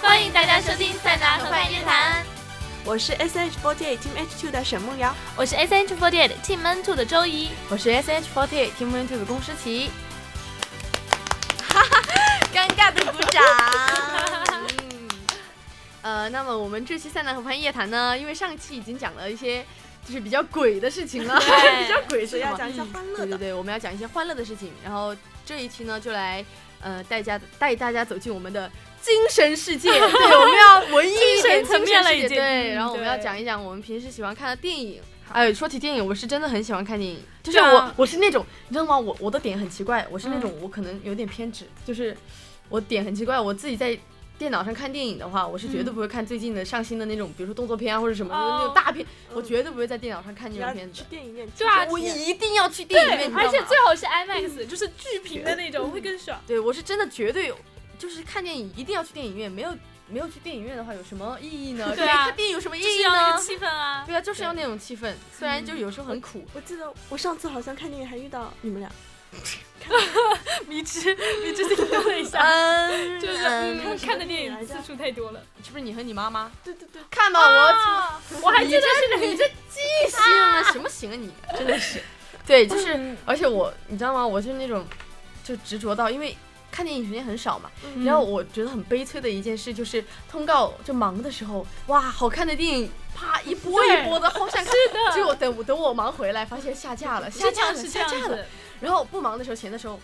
欢迎大家收听《塞纳河畔夜谈》，我是 SH48 Team H2 的沈梦瑶，我是 SH48 Team N2 的周怡，我是 SH48 Team N2 的龚诗琪。 尴尬的鼓掌。嗯呃，那么我们这期《塞纳河畔夜谈》呢，因为上期已经讲了一些就是比较鬼的事情了，对 比较鬼所是什以要么讲一下欢乐对对的。对，我们要讲一些欢乐的事情。然后这一期呢，就来呃带家带大家走进我们的精神世 界。对，我们要文艺一点精神层面了已精神世界经对，嗯然后我们要对讲一讲我们平时喜欢看的电影。哎，说起电影，我是真的很喜欢看电影，就是对我、啊我是那种，你知道吗？我我的点很奇怪，我是那种、嗯我可能有点偏执，就是我点很奇怪，我自己在。电脑上看电影的话，我是绝对嗯不会看最近的上新的那种，比如说动作片啊或者什么、哦那种大片，我嗯绝对不会在电脑上看你那要种片子去。电影院，对啊我其实一定要去电影院，你知道而且吗最好是 IMAX，就是巨屏的那种，会更爽。对我是真的绝对有，就是看电影一定要去电影院，没有没有去电影院的话有什么意义呢？对啊看电影有什么意就是义要那呢个？气氛啊！对啊，就是要那种气氛，虽然就有时候 很苦，我记得我上次好像看电影还遇到你们俩，迷之迷之心动了一下，嗯，就是嗯 嗯看什么看的电电影影来着次数太多了。是不是你和你妈妈对对对，看吧？我啊我还记得是嗯你这记性 啊，什么行啊你？真的是，对，就是，而且我你知道吗？我是那种就执着到，因为看电影时间很少嘛，嗯然后我觉得很悲催的一件事就是通告就忙的时候，哇，好看的电影啪一波一波的，好想看。是就我等我等我忙回来，发现下架了，是下这架样了，是这下样架了。子，然后不忙的时候，闲的时候，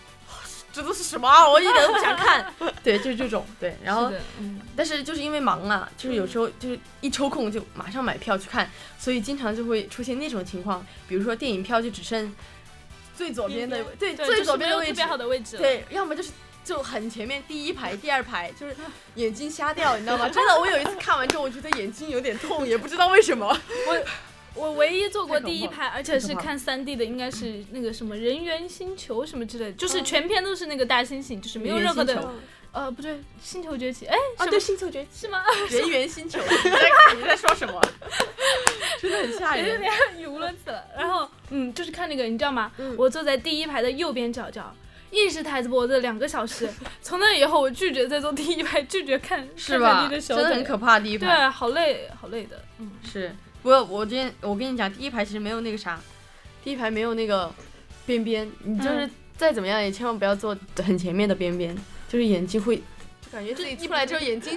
这都是什么啊？我一点都不 想看。对，就是这种。对，然后是的嗯但是就是因为忙啊，就是有时候就是一抽空就马上买票去看，所以经常就会出现那种情况，比如说电影票就只剩最左边的边，对，对，最左边的就是没有位特置别。好的位置了，对，要么就是就很前面第一排、第二排，就是眼睛瞎掉，你知道 吗？真的，我有一次看完之后，我觉得眼睛有点痛，也不知道为什 么。我唯一坐过太可怕第一了排，而且是太可怕了看三 D 的，应该是那个什么《人猿星球》什么之类的，就是全篇都是那个大猩猩，就是没有嗯人任猿何星的球嗯呃，不对，《星球崛起》哎，啊什么对，星球崛起，是吗？人猿星球，你在你在说 什么？真的很吓有人。点语无伦次了。然后嗯，就是看那个，你知道吗？嗯我坐在第一排的右边角角。硬是抬着脖子两个小 时，从那以后我拒绝再坐第一排，拒绝看是看吧？三 D 的真手的感很可怕，第一排对，好累，好累的。嗯，是。不过我今天我跟你讲，第一排其实没有那个啥，第一排没有那个边边，你就是嗯再怎么样也千万不要坐很前面的边边，就是眼睛会。就感觉自己出来之后 眼睛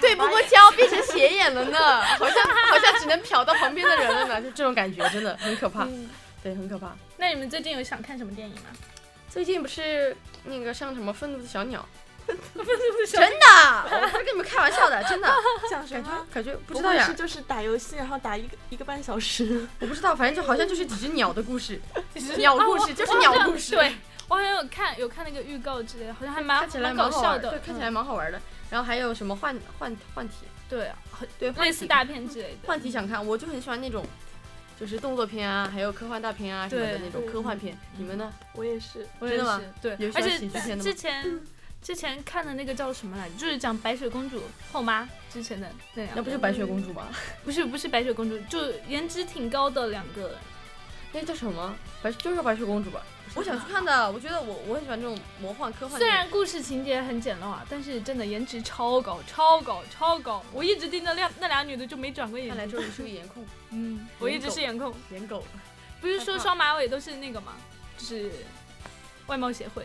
对不过焦，变成斜眼了呢，好像好像只能瞟到旁边的人了 呢，就这种感觉真的很可怕，对，很可怕。那你们最近有想看什么电影吗？最近不是那个上什么《愤怒的小鸟，真》的，我不是跟你们开玩笑的，真的，讲什感觉么？感觉不不知道会呀是，就是打游戏，然后打一个一个半小时， 我不知道，反正就好像就是几只鸟的故事，就是鸟故事就是鸟故事对，我好像有看有看那个预告之类的，好像还蛮看起来蛮搞蛮好笑玩对，的，嗯看起来蛮好玩的。然后还有什么换换换题，对，啊对，类似换题大片之类的。换题想看，我就很喜欢那种，就是动作片啊，还有科幻大片啊什么的对那种嗯科幻片。你们呢？我也是，我也真的是吗，对有，喜而欢且喜剧片的之吗？前之前看的那个叫什么来着？就是讲白雪公主后妈之前的那两个，那不是白雪公主吗？ 不是不是白雪公主，就颜值挺高的两个。那叫什么？白就是白雪公主吧？我想去看的，我觉得我我很喜欢这种魔幻科幻。虽然故事情节很简陋啊，但是真的颜值超高，超高，超高！我一直盯着那那俩女的就没转过眼看来睛。周瑜是个颜控，嗯，我一直是颜控。颜狗。不是说害怕双马尾都是那个吗？就是外貌协会。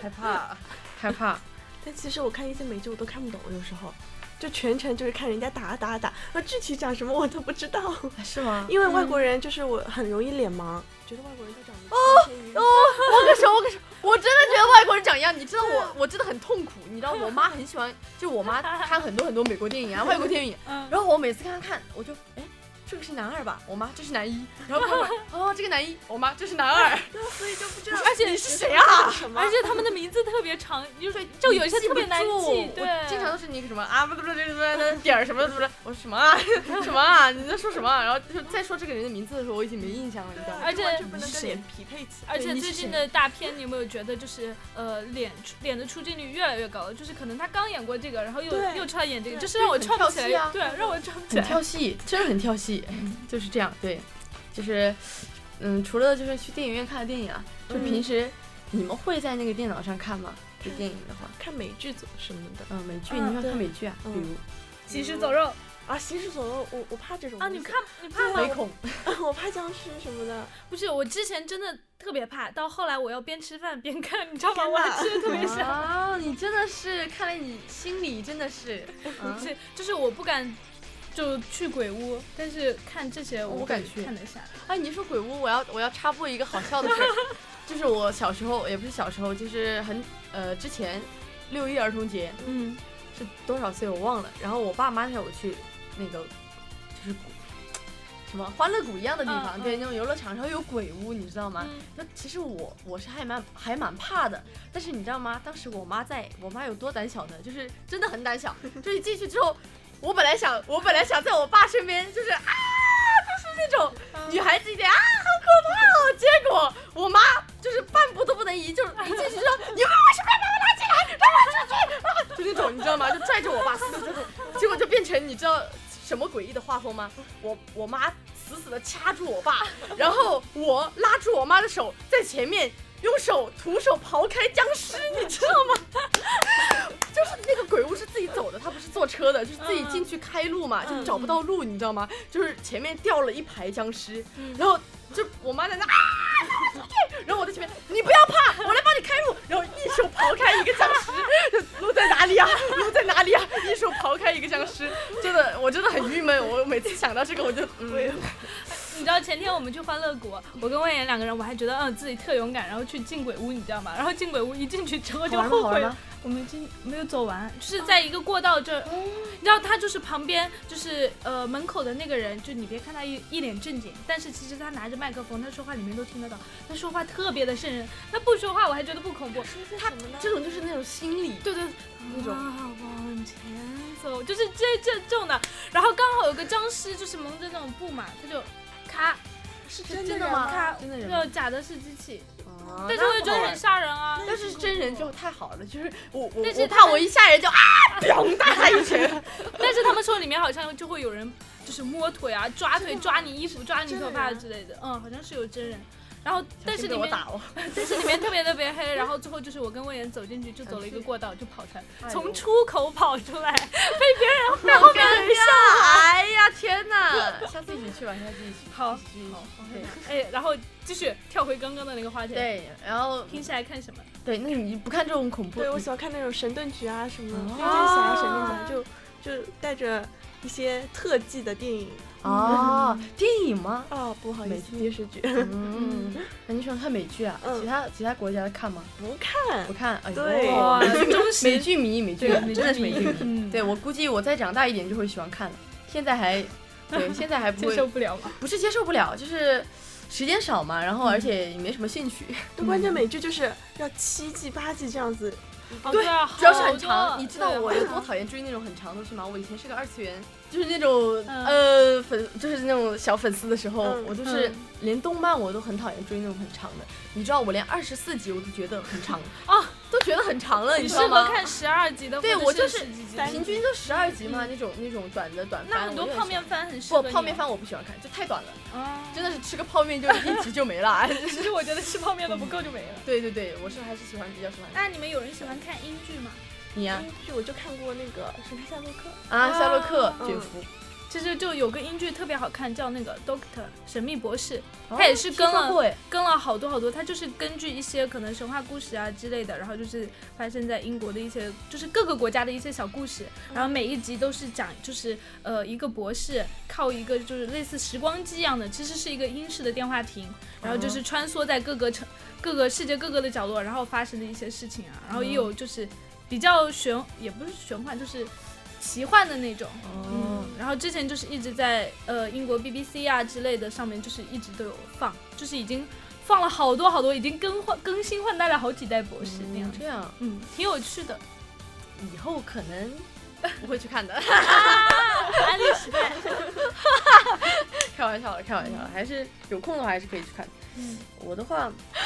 害 怕，害怕。但其实我看一些美剧我都看不懂，有时候就全程就是看人家打啊打啊打，那具体讲什么我都不 知道，是吗？因为外国人就是我很容易脸盲，觉得外国人都长得哦嗯 哦，我跟你说，我跟你说，我真的觉得外国人长一样。你知道我，我真的很痛苦。你知道我妈很喜欢，就我妈看很多很多美国电影啊，外国电影。嗯，然后我每次看她看，我就哎，这个是男二吧？我妈这是男一。然后她会哦，这个男一，我妈这是男二。所以就不知道而且你是谁哎啊？什么而。且他们的名字特别 长，就是就有一些特别难记不住记。对，我经常都是你什么啊，不不不不不点儿什么不是，我说什么啊什么啊，你在说什么啊？然后就在说这个人的名字的时候，我已经没印象了，你知道吗？而且完全不能你跟是脸匹配起来。而对且你最是近谁的大片，你有没有觉得就是呃脸出脸的出镜率越来越高了？就是可能他刚演过这个，然后又对又出来演这个，对就是让我对串不很起跳戏来，啊对，让我串不起 很来。跳戏，真的很跳戏，就是这样。对，就是，嗯，除了就是去电影院看的电影啊，就嗯平时你们会在那个电脑上看吗？就电影的话，看美剧怎么什么的嗯，美剧，啊你要对看美剧啊，比嗯如行尸走肉啊，行尸走肉，我我怕这种啊，东你西看你怕唯吗？恐 我怕僵尸什 么的，不是，我之前真的特别怕，到后来我要边吃饭边看，你知道吗？我还天哪吃的特别香。啊，你真的是，看来你心里真的是，啊 嗯是，就是我不敢就去鬼屋，但是看这些我我敢会去看得下。哎，你说鬼屋，我要我要插播一个好笑的事儿， 就是我小时候也不是小时候，就是很呃之前六一儿童节嗯，是多少岁我忘了，然后我爸妈带我去那个就是古什么欢乐谷一样的地方，嗯对，嗯那种游乐场，然后有鬼屋，你知道吗？嗯那其实我我是还蛮还蛮怕的，但是你知道吗？当时我妈在，我妈有多胆小呢？就是真的很胆小，就是一进去之后，我本来想我本来想在我爸身边，就是啊，就是那种女孩子一点啊，好可怕哦！结果我妈就是半步都不能移，就是一进去就说你们为什么要把我拉进来，让我出去？啊就那种你知道吗？就拽着我爸，死死地结果就变成你知道什么诡异的画风吗？我我妈死死的掐住我爸，然后我拉住我妈的手，在前面用手徒手刨开僵尸，你知道吗？就是那个鬼屋是自己走的，他不是坐车的，就是自己进去开路嘛，就是找不到路，你知道吗？就是前面掉了一排僵尸，然后就我妈在那啊， 然后我在前面，你不要怕，我来帮你开路，然后一手刨开一个僵尸， 就路在哪里啊？路在哪里啊？一手刨开一个僵尸，真的，我真的很郁闷，我每次想到这个我就嗯。你知道前天我们去欢乐谷，我跟魏岩两个人，我还觉得嗯自己特勇敢，然后去进鬼屋，你知道吗？然后进鬼屋一进去之后就好玩吗后悔好玩了吗，我们进没有走完，就是在一个过道这儿，你知道他就是旁边就是呃门口的那个人，就你别看他一一脸正经，但是其实他拿着麦克风，他说话里面都听得到，他说话特别的瘆人，他不说话我还觉得不恐怖，他什么呢？这种就是那种心理，对对，那种啊，往前走，就是这这这种的。然后刚好有个僵尸，就是蒙着那种布嘛，他就咔，是真的人吗咔，真的人吗就假的是机器，啊但是我就觉得那不好很吓人啊。要是真人就太好了，就是我我但是我他怕们我一吓人就啊， 砰打他一拳， 但是他们说里面好像就会有人就是摸腿啊、抓腿、真的吗抓你衣服、抓你真的头发呀之类的，嗯，好像是有真人。然后，但是小心被里我面，打我，哦但是里面特别特别黑。然后最后就是我跟魏岩走进去，就走了一个过道，就跑出来，啊哎呦从出口跑出来， 被后面人吓，哎呀天哪！下次一起去吧，下次一起去。好一起去，对哎，然后继续跳回刚刚的那个话题。，对，然后平时爱看什么？对，那你不看这种恐怖？对，我喜欢看那种神盾局啊什么哦的，绿箭侠啊、闪电侠，就就带着一些特技的电影。哦，电影吗？哦，不好美意思，剧电视剧 嗯，那你喜欢看美剧啊？嗯其他其他国家的看吗？不看不。看，哎呦对哇，忠美实剧迷，美剧对迷真的是美美剧剧迷迷。嗯对我估计我再长大一点就会喜欢看了，现在还，对，现在还 不接会受不了嘛。不是接受不了，就是时间少嘛，然后而且也没什么兴趣，那关键美剧就是要七季八季这样子，哦对啊，主要是好很多长。你知道对嗯我好有长多讨厌追那种很长的剧吗？我以前是个二次元，就是那种、呃粉，就是那种小粉丝的时候，嗯我就是嗯连动漫我都很讨厌追那种很长的。你知道我连二十四集我都觉得很长 哦啊，都觉得很长了，你你知适道合吗？看十二集的，对或者我就是是十几集三的平均就十二集嘛，那种那种短的短嗯番，那很我多泡就喜欢面番很适合不你泡面番我不喜欢看，就太短了，啊， 真的是吃个泡面就一集就没了。哎其实我觉得吃泡面都不够就没了。对对对，我是还是喜欢比较喜欢看那你们有人喜欢看英剧吗？你呀、英剧我就看过那个《神探夏洛克》，啊，夏洛克嗯卷福，其实就有个英剧特别好看，叫那个 Doctor 神秘博士，他也是跟了了哎，跟了好多好多，他就是根据一些可能神话故事啊之类的，然后就是发生在英国的一些，就是各个国家的一些小故事，然后每一集都是讲就是呃一个博士靠一个就是类似时光机一样的，其实是一个英式的电话亭，然后就是穿梭在各个城、各个世界各个的角落，然后发生的一些事情啊，然后也有就是比较玄，也不是玄幻，就是奇幻的那种。哦嗯，，然后之前就是一直在呃英国 BBC 啊之类的上面，就是一直都有放，就是已经放了好多好多，已经更换更新换代了好几代博士那样嗯子，这样嗯，挺有趣的。以后可能不会去看的，安利时代，开玩笑的，开玩笑的，还是有空的话还是可以去看。嗯，我的话，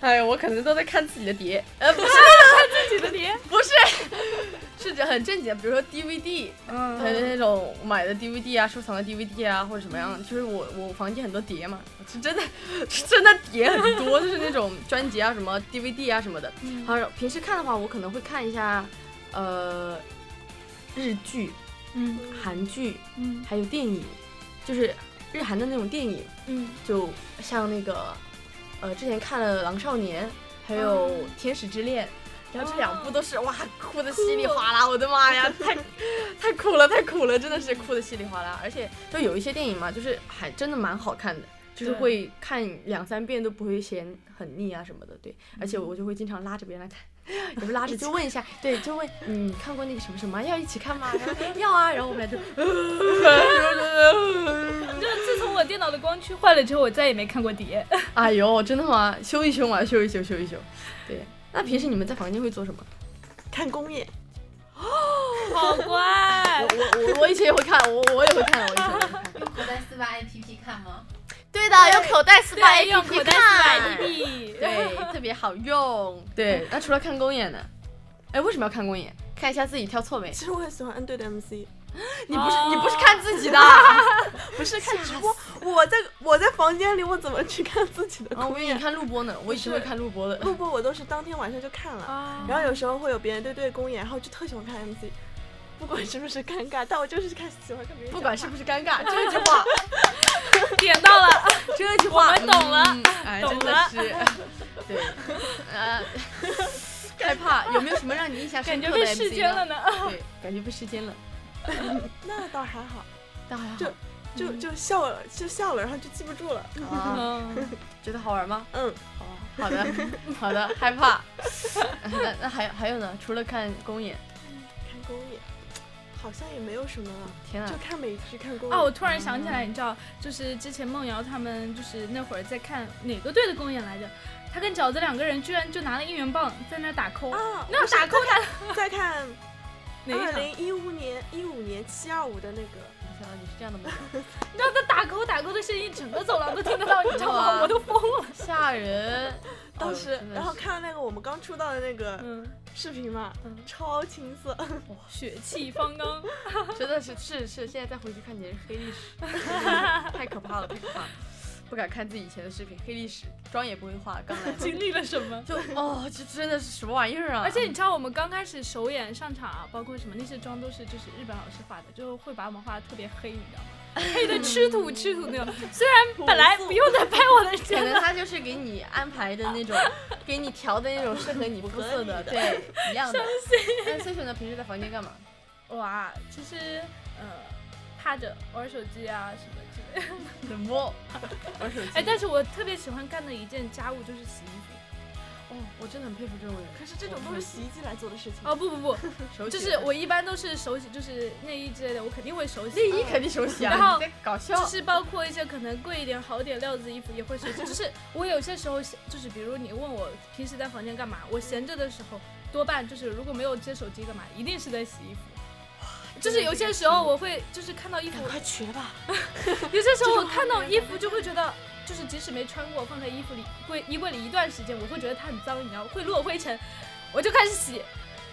哎呀，我可能都在看自己的碟，呃，不是，自己的碟，不是，是指很正经的，比如说 DVD， 嗯，还有那种买的 DVD 啊，收藏的 DVD 啊，或者什么样的，就是我我房间很多碟嘛，是真的是真的碟很多，就是那种专辑啊、什么 DVD 啊什么的。嗯好，平时看的话，我可能会看一下，呃，日剧、嗯韩剧，嗯还有电影，就是日韩的那种电影，嗯就像那个，呃，之前看了《狼少年》，还有哦《天使之恋》。然后这两部哦都是哇，哭的稀里哗啦，我的妈呀，太太苦了，太苦了，真的是哭的稀里哗啦。而且就有一些电影嘛，就是还真的蛮好看的，就是对会看两三遍都不会嫌很腻啊什么的。对，而且我就会经常拉着别人来看， 也不是拉着，就问一下，对，就问你看过那个什么什么，要一起看吗？然后要啊，然后我们俩就， 就是自从我电脑的光驱坏了之后，我再也没看过碟。 哎呦，真的吗？修一修嘛，修一修，修一修。对，那平时你们在房间会做什么？看公演，好乖，我我我以前也会看，我我也会看，我以前也会 看。口袋四八 APP 看吗？对的，用口袋四对，用口袋四百 APP， 对，特别好用。对，那除了看公演呢？哎，为什么要看公演？看一下自己跳错没？其实我很喜欢恩对的 MC，你不是哦你不是看自己的。啊 不是看直播，我在我在房间里，我怎么去看自己的啊，我公以为演你？看录播呢，我以前会看录播的。录播我都是当天晚上就看了，啊然后有时候会有别人对对公演，然后就特喜欢看 MC，不管是不是尴尬，但我就是看喜欢看别人讲话。不管是不是尴 尬，这句话，点到 了，这句话我们懂了嗯哎，懂真的是， 对，呃， 害怕。有没有什么让你印象深感刻觉的被视 MC 奸了呢呢。对，感觉被世间了，那倒还好，但还好就就就笑了，就笑了，然后就记不住了。啊，嗯，觉得好玩吗？嗯，哦，好的，好的，害怕。 那那还有还有呢？除了看公演，看公演好像也没有什么了，天就啊，看美剧、看公演。哦，我突然想起来，你知道，就是之前梦瑶他们就是那会儿在看哪个队的公演来着，他跟饺子两个人居然就拿了应援棒在那儿打 call，啊，那我是打 call 打在看哪一二场？零一五年一五年七二五的那个，没想到你是这样的梦，你知道他打 call 打 call 的声音，整个走廊都听得到，你知道吗？哇我都疯了。吓人。当时、哦真的嗯然后是看了那个我们刚出道的那个嗯，视频嘛，嗯超青涩。血气方刚。真的是是是，现在再回去看简直是黑历史，太可怕了，太可怕了，不敢看自己以前的视频，黑历史，妆也不会化，刚来经历了什 么？就哦，这真的是什么玩意儿啊！而且你知道，我们刚开始首演上场啊，包括什么那些妆都是就是日本老师画的，就会把我们画的特别黑，你知道吗？黑的吃土吃土那 种。虽然本来不用再拍我的 可人， 能他就是给你安排的那种，给你调的那种适合你肤色的，对，一样的。那 C 选呢？平时在房间干嘛？哇，其实呃，趴着玩手机啊什么之类的。怎么？玩手机。哎，但是我特别喜欢干的一件家务就是洗衣服。哦，我真的很佩服这种人。可是这种都是洗衣机来做的事情。哦 不不不，手洗就是我一般都是手洗，就是内衣之类的，我肯定会手洗。内衣肯定手洗嗯啊，然后你在搞笑就。是包括一些可能贵一点、好点料子衣服也会收 集。就是我有些时候闲，就是比如你问我平时在房间干嘛，我闲着的时候，多半就是如果没有接手机干嘛，一定是在洗衣服。就是有些时候我会就是看到衣服，快学吧！有些时候我看到衣服就会觉得，就是即使没穿过，放在衣服里柜衣柜里一段时间，我会觉得它很脏，你知道会落灰尘，我就开始洗，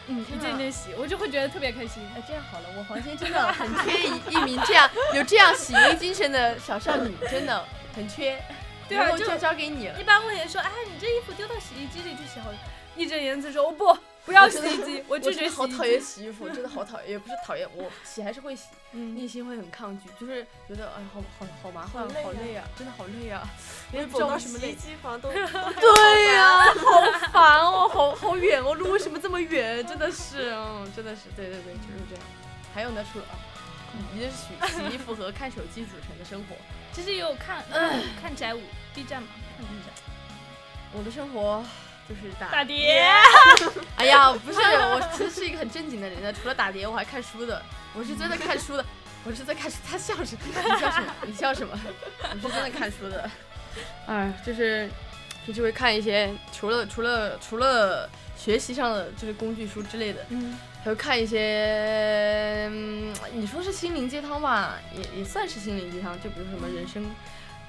嗯，一天啊件一件洗，我就会觉得特别开心。哎，这样好了，我房间 真的很缺一一名这样有这样洗衣精神的小少女，真的很缺。对啊以后就就交给你了一。般会有人说，哎，你这衣服丢到洗衣机里就洗好了。义正言辞说，我哦不，不要洗衣机，我我拒真绝的洗好衣机讨。厌洗衣服，真的好讨厌，也不是讨厌，我洗还是会洗，嗯，内心会很抗拒，就是觉得哎，好好好麻烦好累，啊好累啊，真的好累啊，我也连不知走道到为什么洗衣累。机房都对呀、好烦哦，好好远哦，路为什么这么远？真的是，嗯，真的是，对对对，就是这样。还有呢，除了啊，你这是洗洗衣服和看手机组成的生活，其实也有看、看宅舞 B 站嘛，看 B 站我的生活就是打。大碟。哎呀，不是，我其实是一个很正经的人的，除了打碟，我还看书的，我是真的看书的。我是在看书，他笑什么？你笑什么？你笑什么？我是真的看书的。 哎，就是平时会看一些除了除了除了学习上的就是工具书之类的，嗯，还有看一些，嗯你说是心灵鸡汤吧，也也算是心灵鸡汤，就比如什么人生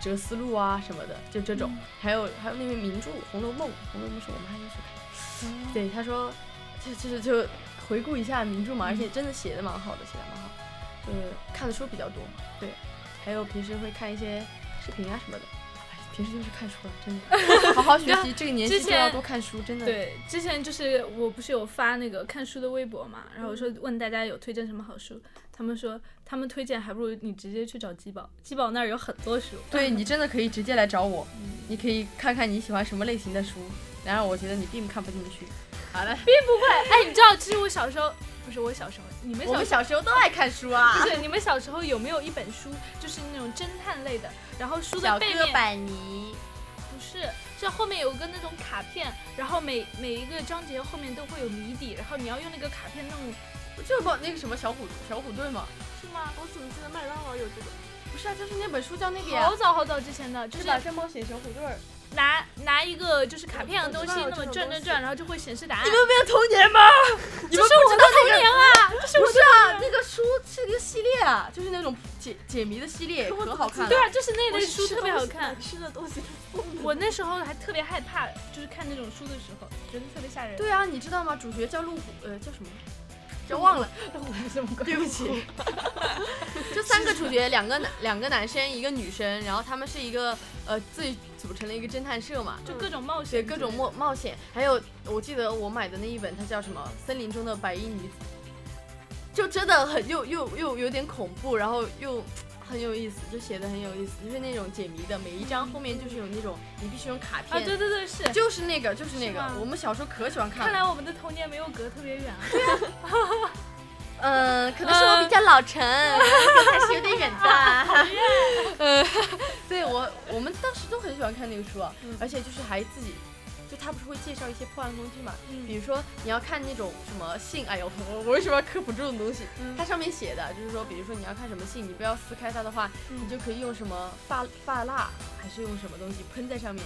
哲思路啊什么的，就这嗯种。还有还有那位哦名著《红楼梦》，《红楼梦》是我妈要求看，对，她说，就就是就《回顾一下名著嘛，嗯而且真的写的蛮好的，写的蛮好，就是看的书比较多，对，还有平时会看一些视频啊什么的。哎，平时就是看书了，真 的，好好学习，这个年纪之就前要多看书，真的。，对，之前就是我不是有发那个看书的微博嘛，然后我说问大家有推荐什么好书，他们说他们推荐还不如你直接去找鸡宝，鸡宝那儿有很多书。 对你真的可以直接来找我，你可以看看你喜欢什么类型的书，然而我觉得你并看不进去。好的，哎，你知道，其实我小时候不是我小时候，你们我小们时候小时候都爱看书啊不。是你们小时候有没有一本书，就是那种侦探类的，然后书小的背哥面百尼，不是，是后面有个那种卡片，然后每每一个章节后面都会有谜底，然后你要用那个卡片弄，就是不那个什么小虎小虎队嘛？是吗？我怎么记得麦当劳有这个？不是啊，就是那本书叫那个呀好，早好早之前的，就是山猫写小虎队。拿拿一个就是卡片的我东知道西，有那这么种转东转西转，然后就会显示答案。没有童年吗？你这们是我的童年啊！这是不我哎是的啊，那个书是一个系列啊，就是那种解解谜的系列，可我可怎么好看对了。啊，就是那类书特别好看。吃的东西我那时候还特别害怕，就是看那种书的时候，觉得特别吓人。对啊，你知道吗？主角叫路虎，呃，叫什么？ 叫忘 了，对不 起。就三个主角，两个男两个男生，一个女生，然后他们是一个呃自己组成了一个侦探社嘛，就各种冒对险，各种冒冒险，还有我记得我买的那一本，它叫什么《森林中的白衣女子》，就真的很又又又有点恐怖，然后又很有意思，就写的很有意思，就是那种解谜的，每一章后面就是有那种你必须用卡啊！片，对对对，是。就是那个就是那是个吗，我们小时候可喜欢看看了，来我们的童年没有隔特别远啊。嗯、可能是我比较老成，还是有点远的，嗯， 对我我们当时都很喜欢看那个书啊，嗯而且就是还自己。就他不是会介绍一些破案工具嘛，比嗯如说你要看那种什么信，哎呦， 我我为什么要科普这种东西？嗯它上面写的就是说，比如说你要看什么信，你不要撕开它的话，嗯你就可以用什么发发蜡，还是用什么东西喷在上面，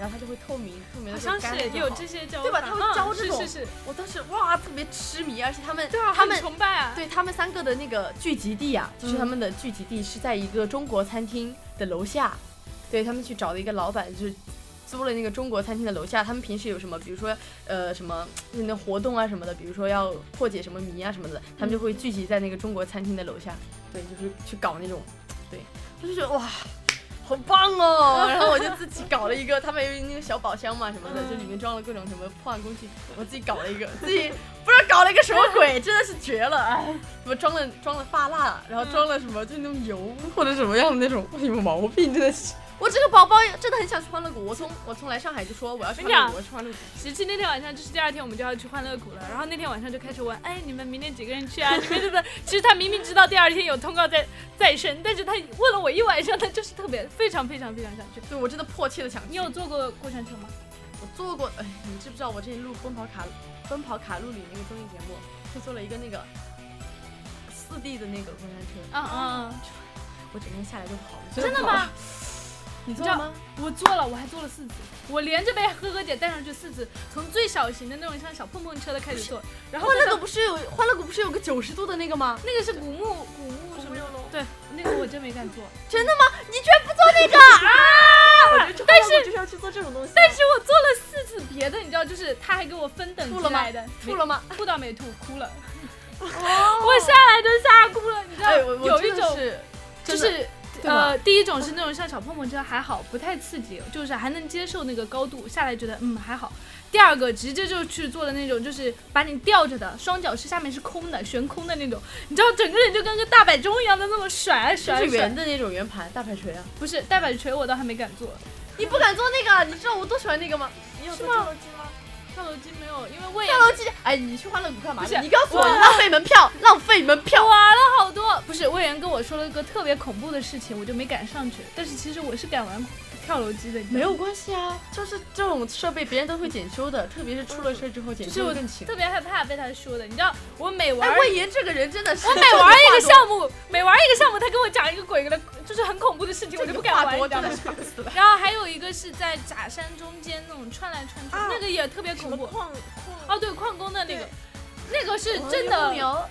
然后它就会透明，透明好的时候像干是了也就有好这些教法，对吧他会嗯教这种是是是，我当时哇特别痴迷，而且他们对啊，他很们崇拜啊。对他们三个的那个聚集地啊，就是他们的聚集地是在一个中国餐厅的楼下，对他们去找的一个老板就是。租了那个中国餐厅的楼下，他们平时有什么，比如说，呃，什么那活动啊什么的，比如说要破解什么谜啊什么的，他们就会聚集在那个中国餐厅的楼下，对，就是去搞那种，对，我就觉得哇，好棒哦！ 然后我就自己搞了一个，他们有那个小宝箱嘛什么的，就里面装了各种什么破案工具，我自己搞了一个，自己不知道搞了一个什么 鬼，真的是绝了！哎，什么装了装了发蜡，然后装了什么就那种油或者什么样的那种，我有毛病，真的是。我这个宝宝真的很想去欢乐谷，我从我从来上海就说我要去欢乐谷，我要去欢乐谷。十七那天晚上就是第二天我们就要去欢乐谷了，然后那天晚上就开始问，哎，你们明天几个人去啊？你们对不对？ 其实他明明知道第二天有通告在再生，但是他问了我一晚上，他就是特别非常非常非常想去。对我真的迫切的想去。你有坐过过山车吗？我做过，哎，你知不知道我之前录《奔跑卡奔跑卡路里》那个综艺节目，就做了一个那个四 D 的那个过山车，嗯嗯，啊嗯我整个人下来就跑了。真的跑了吗？？你知做道了吗？我坐了，我还坐了四次，我连着被呵呵姐带上去四次，从最小型的那种像小碰碰车的开始坐，然后欢乐再到谷不是有欢乐谷不是有个九十度的那个吗？那个是古墓古墓什么的，对，那个我真没敢坐。真的吗？你居然不做那个但是就是要去做这种东西。但是我做了四次别的，你知道，就是他还给我分等吐级了吗来的，吐了吗？没吐倒没吐，哭了。哦我下来都吓哭了，你知道，哎，我我有一真的种是就真的是。对吧呃，第一种是那种像小碰碰车还好，不太刺激，就是还能接受那个高度，下来觉得嗯还好。第二个直接就去做的那种，就是把你吊着的，双脚是下面是空的，悬空的那种，你知道整个人就跟个大摆钟一样的那么甩啊甩啊就是甩圆，的那种圆盘大摆锤啊！不是大摆锤我倒还没敢做，你不敢做那个，你知道我多喜欢那个吗？你有是吗做跳楼机吗？跳楼机没有，因为我也 跳楼机，哎，你去欢乐谷干嘛不是去？你告诉我，我你浪费门 票，浪费门票。玩了啊好多，不是魏源跟我说了一个特别恐怖的事情，我就没敢上去。但是其实我是敢玩跳楼机的，你知道吗没有，关系啊，就是这种设备别人都会检修的，特别是出了事之后检就是修我会更勤。特别害怕被他说的。你知道我每玩、哎，魏延这个人真的是，我每玩一个项目，每玩一个项目，他跟我讲一个鬼的，就是很恐怖的事情，我就不敢玩，你多知道吗真的？是烦死 了。然后还有一个是在假山中间那种穿来穿去，啊那个也特别什恐么怖。矿矿？哦，对，矿工的那个对，哦那个是真梦的。 游，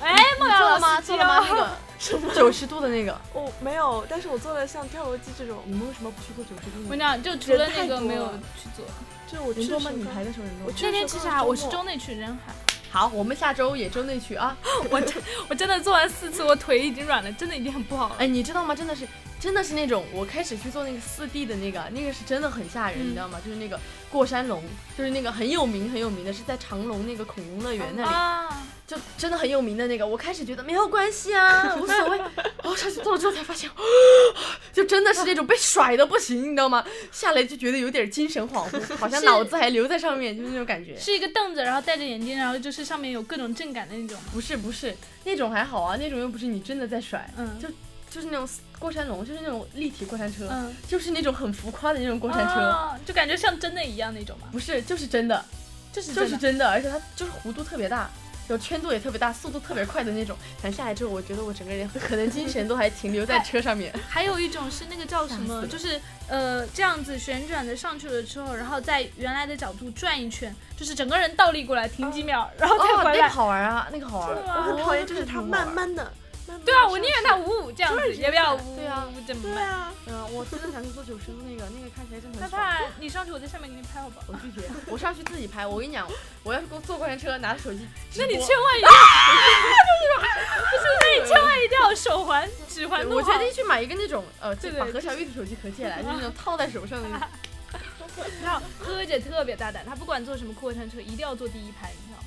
哎，你梦做瑶了老哦吗？师做了吗？那个九十度的那个，我哦没有，但是我做了像跳楼机这种，你们为什么不去做九十 我度的跟你呢？讲，就除了那人太个多没有了去做。就是我去人的多时吗？候你排刚，的时候人多我吗？去那的天其时候实刚还好我周是末周内去人海，好，我们下周也周内去啊。我真我真的做完四次，我腿已经软了，真的已经很不好了。哎，你知道吗？真的是，真的是那种，我开始去做那个四 D 的那个，那个是真的很吓人，嗯你知道吗？就是那个过山龙，就是那个很有名很有名的，是在长隆那个恐龙乐园那里，啊，就真的很有名的那个。我开始觉得没有关 系啊，无所谓。然后上去做了之后才发现， 就真的是那种被甩的不行，你知道吗？下来就觉得有点精神恍 惚，好像是脑子还留在上面，就是那种感觉。是一个凳子，然后戴着眼镜，然后就是上面有各种震感的那种吗。不是不是，那种还好啊，那种又不是你真的在甩，嗯，就就是那种过山龙，就是那种立体过山车。嗯，就是那种很浮夸的那种过山车，啊就感觉像真的一样那种嘛。不是，就是真的，这是就真是的。真的，而且它就是弧度特别大，有圈度也特别大，速度特别快的那种。咱下来之后，我觉得我整个人可能精神都还停留在车上面。还有一种是那个叫什吓死么，了就是呃这样子旋转的上去了之后，然后在原来的角度转一圈，就是整个人倒立过来停几秒，然后再 哦，回那个来。好玩啊，那个好玩是。我吗很讨厌，就是哦它慢。慢的，慢慢地对啊，上我宁愿他五五这样子，也不要五对啊五这么对慢。啊，嗯、我真的想去做九十度那个，那个看起来真的那很爽。怕你上去，我在下面给你拍好不好？我拒绝， 我上去自己拍。我跟你讲，我要是坐过山车，拿着手机直那播，你千 万一定要，啊不是，那你千万一定要手环、指环对弄我好决定去买一个那种呃，对对把何小玉的手机合起来，就是那种套在手上的那种。然后喝姐特别大胆，她不管坐什么过山车，一定要坐第一排，你知道吗？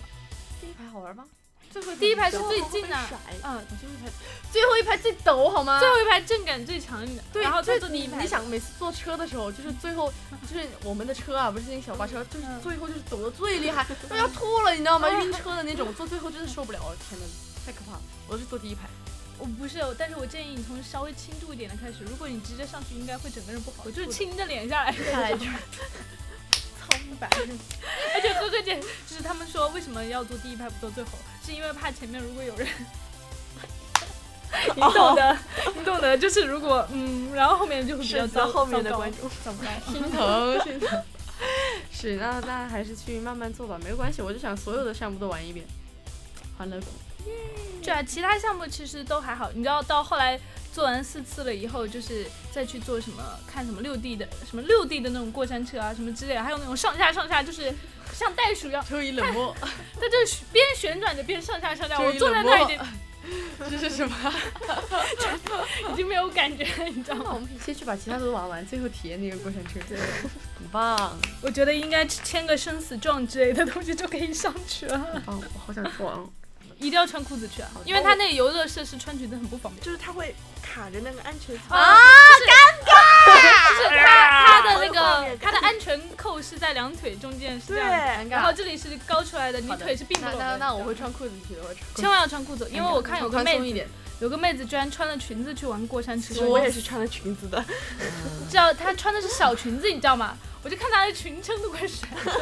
第一排好玩吗？最后第一排最是后最会近的 甩，嗯，你最后一排，最后一排最陡好吗？最后一排震感最强的，对，然后就再是坐第你一排。你想每次坐车的时候，就是最后就是我们的车啊，不是那个小巴车，就是嗯最后就是抖得最厉害，都要吐了，你知道 吗？嗯晕车的那种，坐最后真的受不了，天哪，太可怕了！我是坐第一排，我不是，但是我建议你从稍微轻度一点的开始。如果你直接上去，应该会整个人不好。 我就是亲着脸下来，下来 就是操一 百，而且哥哥姐就是他们说为什么要坐第一排不坐最后，是因为怕前面如果有人。 你懂的你懂的，就是如果嗯，然后后面就会比较选糟择后面的观众，众。糟糕心疼，心疼。是，那那还是去慢慢做吧，没关系。我就想所有的项目都玩一遍，欢 乐谷。对啊，其他项目其实都还好。你知道到后来做完四次了以后，就是再去做什么看什么六 D 的什么六 D 的那种过山车啊什么之类的，还有那种上下上下，就是像袋鼠一样，秋雨冷漠，它这边旋转着边上下上下。秋我雨坐在冷那儿已经，漠这是什么？已经没有感觉了，你知道那吗？我们可以先去把其他的都玩完，最后体验那个过山车。对，很棒，我觉得应该签个生死状之类的东西就可以上去了，很棒，我好想去玩哦。一定要穿裤子去啊好，的因为它那个游乐设施穿裙子很不方便。就是它会卡着那个安全词啊，尴尬！哎就是它它的那好有画面个它感的安全扣是在两腿中间，是对这样的。，尴尬然后这里是高出来的，你好的腿是并不那拢的。那那我会穿裤子去的，我会穿裤子。千万要穿裤子，因为我看有个宽妹松一子，点，有个妹子居然穿了裙子去玩过山车。其实我也是穿了裙子 的，知道她穿的是小裙子，你知道吗？我就看她的裙撑都快甩了。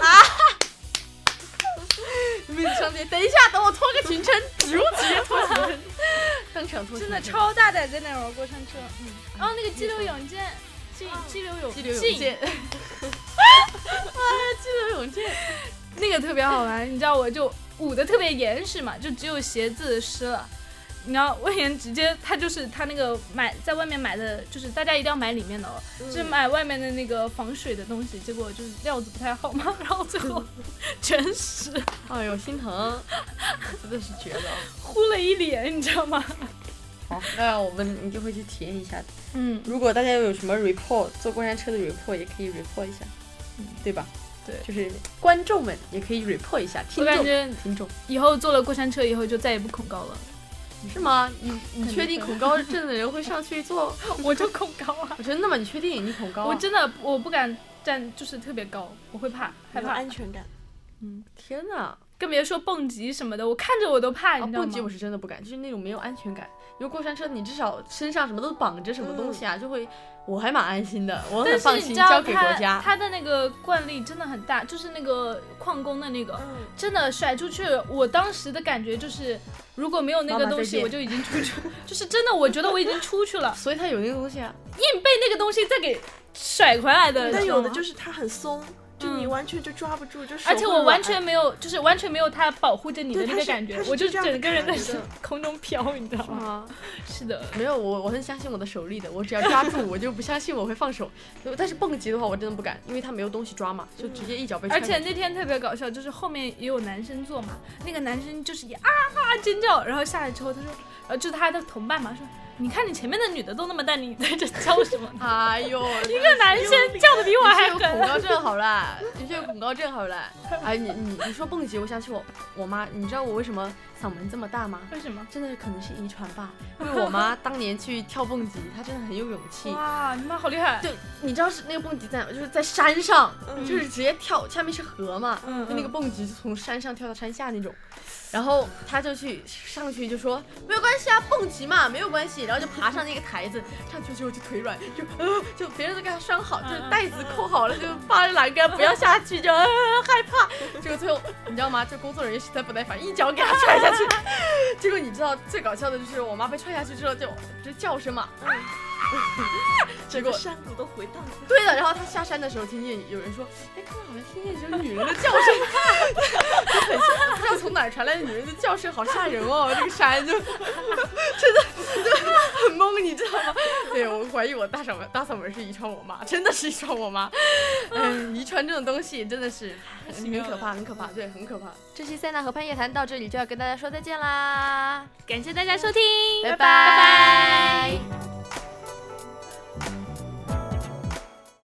妹子上去，等一下，等我脱个裙撑，直直接脱裙撑，当场脱真裙撑，的超大胆在那儿玩过山车，嗯，然后那个激流勇进，进激流勇哦激流勇进，啊，激流勇进，那个特别好玩，你知道我就捂得特别严实嘛，就只有鞋子湿了。你知道魏延直接他就是他那个买在外面买的，就是大家一定要买里面的哦，就是买外面的那个防水的东西，结果就是料子不太好嘛，然后最后全湿，哎呦，心疼，真的是绝了。糊了一脸，你知道吗？好，那我们你就会去体验一下。嗯，如果大家有什么 report 坐过山车的 report，也可以 report 一下，对吧？对就是观众们也可以 report 一下，我听感众觉听众以后坐了过山车以后就再也不恐高了，是吗？你你确定肯定会恐高症的人会上去坐？我就恐高啊，我真的吗？你确定你恐高 啊？我真的我不敢站，就是特别高，我会怕害很有怕，安全感。天哪！更别说蹦极什么的，我看着我都怕，啊，你知道蹦吗极？我是真的不敢，就是那种没有安全感。因为过山车你至少身上什么都绑着什么东西啊，就会我还蛮安心的，我很嗯但是放你心知道交给国他家。他的那个惯例真的很大，就是那个矿工的那个，嗯，真的甩出去，我当时的感觉就是，如果没有那妈个妈东再西，见我就已经出去，就是真的，我觉得我已经出去了，所以他有那个东西啊，被那个东西再给甩回来的。但有的就是是它很松，就你嗯完全就抓不住，就手而且会我完软全没有，就是完全没有他保护着你的对那他个是感觉他，是我就这样整个人在卡着的空中飘，你知道吗？啊，是的，没有我，我很相信我的手力的。我只要抓住，我就不相信我会放手。但是蹦极的话，我真的不敢，因为它没有东西抓嘛，就直接一脚被而踹且下去。？那天特别搞笑，就是后面也有男生坐嘛，那个男生就是也啊啊尖叫，然后下来之后他说，呃，就是他的同伴嘛，说你看你前面的女的都那么淡定，你在这叫什么 哎呦，一个男生叫的比我还有恐狠，高症好啦，你就有恐高症好啦。哎，你你你说蹦极，我想起我我妈，你知道我为什么嗓门这么大吗？为什么？真的可能是遗传吧，因为我妈当年去跳蹦极，她真的很有勇气。哇，你妈好厉害！对，你知道是那个蹦极在哪？就是在山上，嗯就是直接跳，下面是河嘛，嗯就那个嗯蹦极就从山上跳到山下那种。然后他就去上去就说没有关系啊，蹦极嘛没有关系。然后就爬上那个台子，上去之后就腿软，就呃就别人都给他拴好，就嗯是嗯带子扣好了，就扒着栏杆不要下去，就呃害怕。结果最后你知道吗？这工作人员实在不耐烦，一脚给他踹下去。 结果你知道最搞笑的就是我妈被踹下去之后就就叫声嘛，啊嗯 结果山谷都回荡起来。对的，然后他下山的时候听见有人说：“哎，刚刚好像听见有女人的叫声， 就很像不知道从哪儿传来的女人的叫声，好吓人哦！ 这个山就真的就很懵，你知道吗？对我怀疑我大嗓门大嗓门是遗传我妈， 真的是遗传我妈。 嗯，遗传这种东西真的是很可怕，很可怕，对，很可怕。这期塞纳河畔夜谈到这里就要跟大家说再见啦，感谢大家收听，拜拜